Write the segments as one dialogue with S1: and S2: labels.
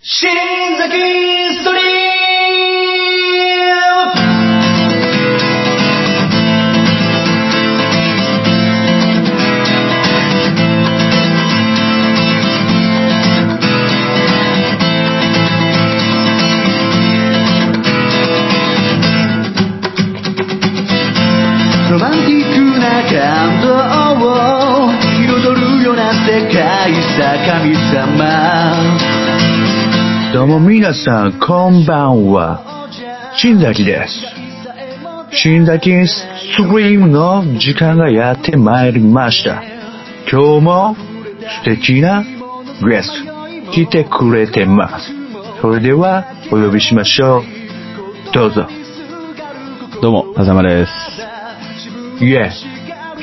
S1: 新崎ストリームロマンティックな感動を彩るような世界さ神様
S2: どうも皆さん、こんばんは。新崎です新崎ストリームの時間がやってまいりました。今日も素敵なゲスト来てくれてます。それではお呼びしましょう。どうぞ。
S3: どうも、風間です。
S2: イエス。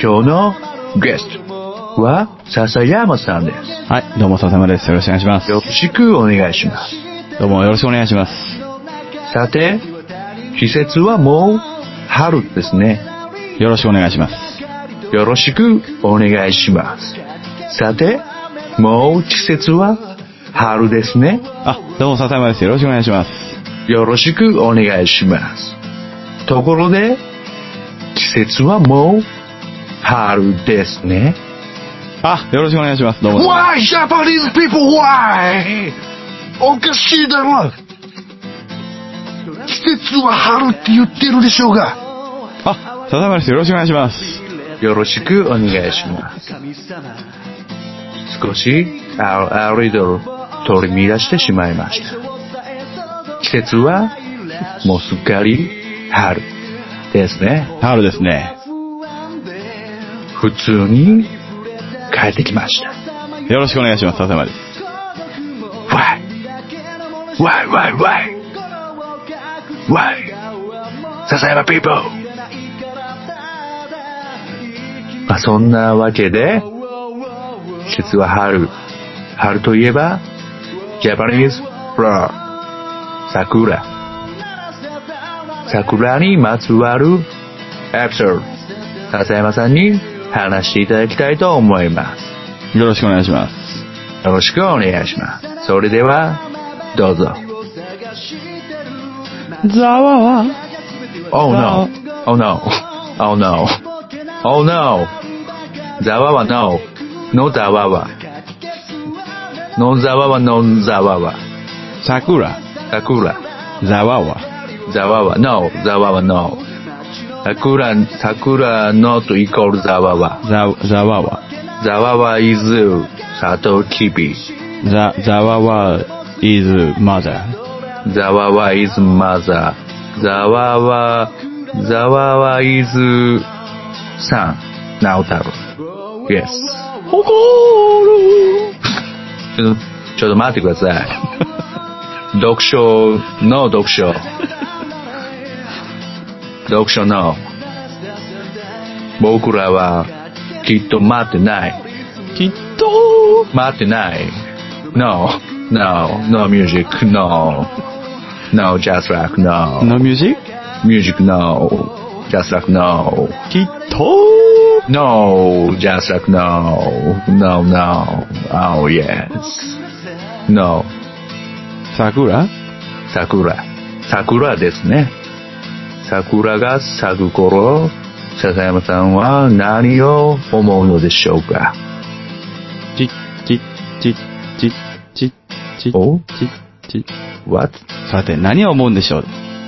S2: 今日のゲストは笹山さんで。
S3: はい、どうも、風間です。よろしくお願いします
S2: よろしくお願いします。
S3: す。どうも、よろしくお願いします。
S2: さて、季節はもう春ですね。
S3: よろしくお願いします。
S2: よろしくお願いします。さて、もう季節は春ですね。
S3: あ、どうも、笹山です。よろしくお願いします。
S2: よろしくお願いします。ところで、季節はもう春ですね。
S3: あ、よろしくお願いします。どうも。
S2: Why Japanese people why? おかしいだろ季節は春って言ってるでしょうが。
S3: あ、笹山です。よろしくお願いします。
S2: よろしくお願いします。少し、あアイドル取り乱してしまいました。季節はもうすっかり春ですね。
S3: 春ですね。
S2: 普通に帰ってきました。
S3: よろしくお願いします。笹山です。
S2: Why? Why, why, why? Why? 笹山 people! まあそんなわけで、季節は春。春といえば、ジャパニーズフロア。桜。桜にまつわるエピソード。笹山さんに話していただきたいと思います。
S3: よろしくお願いします。
S2: よろしくお願いします。それでは、どうぞ。
S3: ザワワ
S2: Oh no. Oh no. Oh no. Oh no. ザワワ no. No ザワワ。No ザワワ no ザワワ。
S3: 桜、
S2: 桜。
S3: ザワワ。
S2: ザワワ no. ザワワ no. 桜、桜 not equal ザワワ。
S3: ザ、ザワワ。
S2: ザワワ is サトウキビ。
S3: ザ、ザワワ is mother.
S2: ザワワ is mother. ザワワ、ザワワ is son. ナオタロ。Yes. ちょっと、ちょっと待ってください。読書、の読書。読書の。僕らは、きっと待ってない。
S3: きっと、
S2: 待ってない。No, no, no music, no. No, just rock, no.
S3: のミュージック
S2: Music, no. Just rock, no.
S3: きっと、
S2: No, just rock, no. No, no. Oh, yes. No,
S3: 桜
S2: 桜。桜ですね。桜が咲く頃、笹山さんは何を思うのでしょうか
S3: ち、ち、ち、ち、ち、ち、
S2: お
S3: ち、ち。
S2: ?What?
S3: さて、何を思うんでしょう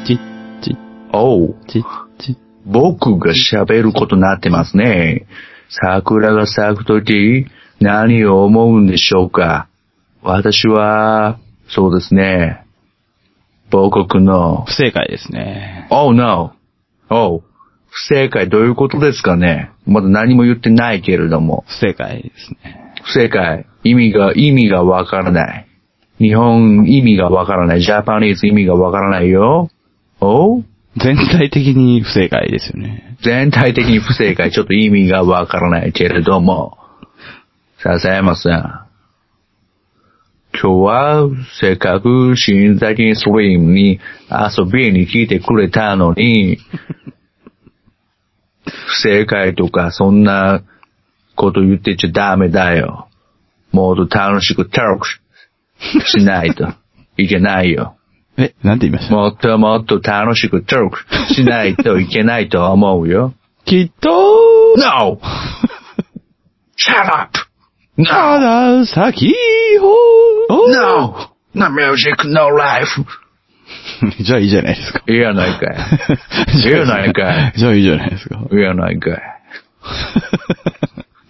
S3: ち、ち、
S2: Oh.
S3: ち、ち。
S2: 僕が喋ることになってますね。桜が咲くとき、何を思うんでしょうか私は、そうですね。母国の、
S3: 不正解ですね。
S2: Oh no! Oh! 不正解どういうことですかねまだ何も言ってないけれども。
S3: 不正解ですね。
S2: 不正解。意味が、意味がわからない。日本意味がわからない。ジャパニーズ意味がわからないよ。Oh?
S3: 全体的に不正解ですよね。
S2: 全体的に不正解、ちょっと意味がわからないけれども、笹山さん、今日はせっかく新崎ストリームに遊びに来てくれたのに、不正解とかそんなこと言ってちゃダメだよ。もっと楽しくトークししないと。いけないよ。
S3: え、なんて言いました
S2: もっともっと楽しくトークしないといけないと思うよ。
S3: きっと、
S2: No! Shut up!
S3: た
S2: No!
S3: だ先ほ
S2: No! No music, no life!
S3: じゃあいいじゃないですか。
S2: いやないかい。
S3: じ
S2: いいじゃないかい
S3: じゃあいいじゃないですか。
S2: いやないかい。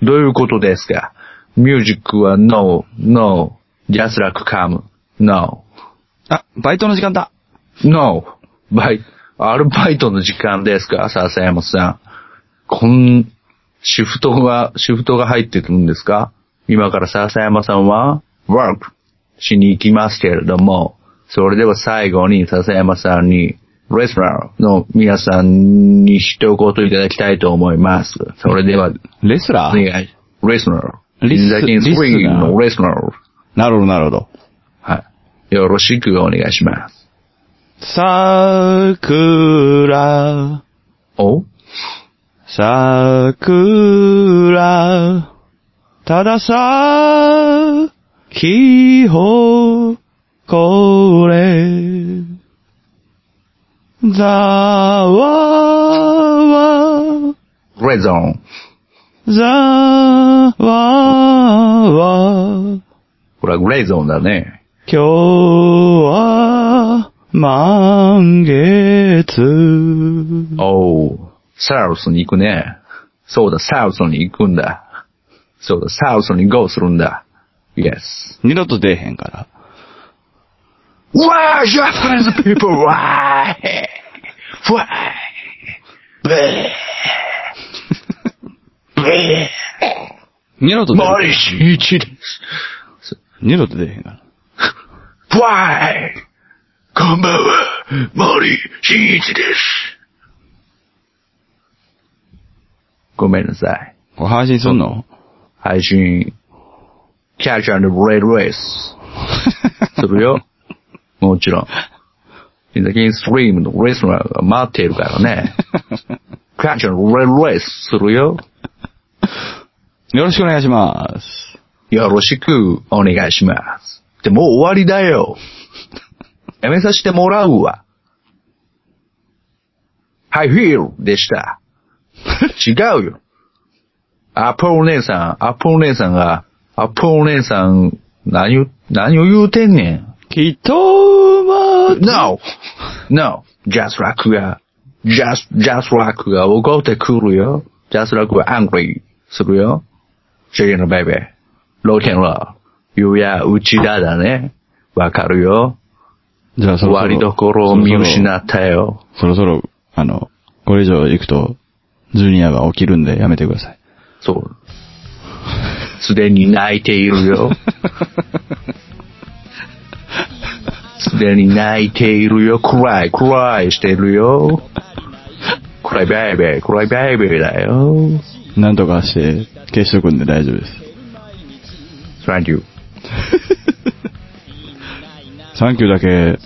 S2: どういうことですかミュージックは no, no, 安らく噛む。no,
S3: あ、バイトの時間だ。
S2: no, バイ、アルバイトの時間ですか笹山さん。こん、シフトが、シフトが入ってくるんですか今から笹山さんは、work しに行きますけれども、それでは最後に笹山さんに、レスラーの皆さんに一言いただきたいと思います。それでは、
S3: レスラー、
S2: 願い。リスナー。
S3: リス
S2: ザキンスクリーンのリスナー。
S3: なるほど、なるほど。
S2: はい。よろしくお願いします。
S3: さくら、
S2: お
S3: さくら、たださ、きほ、これ、ざわわ、
S2: レゾン。
S3: ざわわ、
S2: これはグレイゾーンだね。
S3: 今日は、満月。
S2: おう。サウスに行くね。そうだ、サウスに行くんだ。そうだ、サウスに go するんだ。Yes.
S3: 二度と出えへんから。
S2: Why, Japanese people, why? Why? Bleh. Bleh.
S3: 二度と出えへん
S2: 森進一です。
S3: 二度と出えへんから。
S2: Why? こんばんは、森進一です。ごめんなさい。
S3: これ配信すんの
S2: 配信、キャッチャーのレイドレース。するよ。もちろん。インザキンストリームのレスナーが待っているからね。キャッチャーのレイドレースするよ。
S3: よろしくお願いします。
S2: よろしくお願いします。でもう終わりだよ。 やめさせてもらうわ。ハイヒールでした。 違うよ。アポお姉さん、アポお姉さんが、アポお姉さん、何を、何を言うてんねん。
S3: きっと、ま
S2: No! No! Just Rock が、Just, Just Rock が怒ってくるよ。Just Rock が angry するよ。シェリーのベイベー。ローテンロー。ゆうや、うちだだね。わかるよ。
S3: じゃあそろそろ。
S2: 割りどころを見失ったよ。
S3: そろそろ、あの、これ以上行くと、ジュニアが起きるんでやめてください。
S2: そう。すでに泣いている よ。すでに泣いているよ。暗い、暗いしてるよ。暗いベイベー、暗いベイベーだよ。
S3: なんとかして、消しとくんで大丈夫 です。
S2: サン キュー。
S3: サンキューだけ、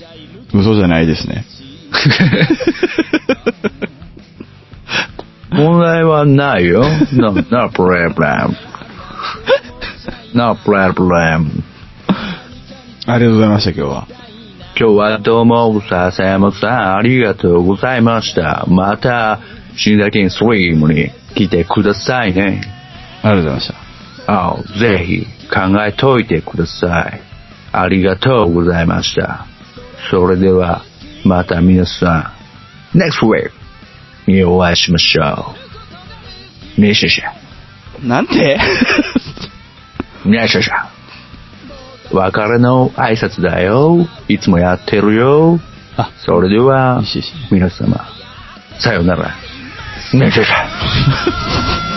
S3: 嘘じゃないです ね。
S2: 問題はないよ。No, no problem. No problem.
S3: ありがとうございました、今日は。
S2: 今日はどうも、笹山さん、ありがとうございました。また、新崎スリームに来てくださいね。
S3: ありがとうございました。
S2: あぜひ、考えといてください。ありがとうございました。それでは、また皆さん、next week にお会いしましょう。ねしゃしゃ。
S3: なん て
S2: にゃしゃしゃ。別れの挨拶だよ。いつもやってるよ。
S3: あ
S2: それでは
S3: よしよし、
S2: 皆様、さようなら。にゃしゃしゃ。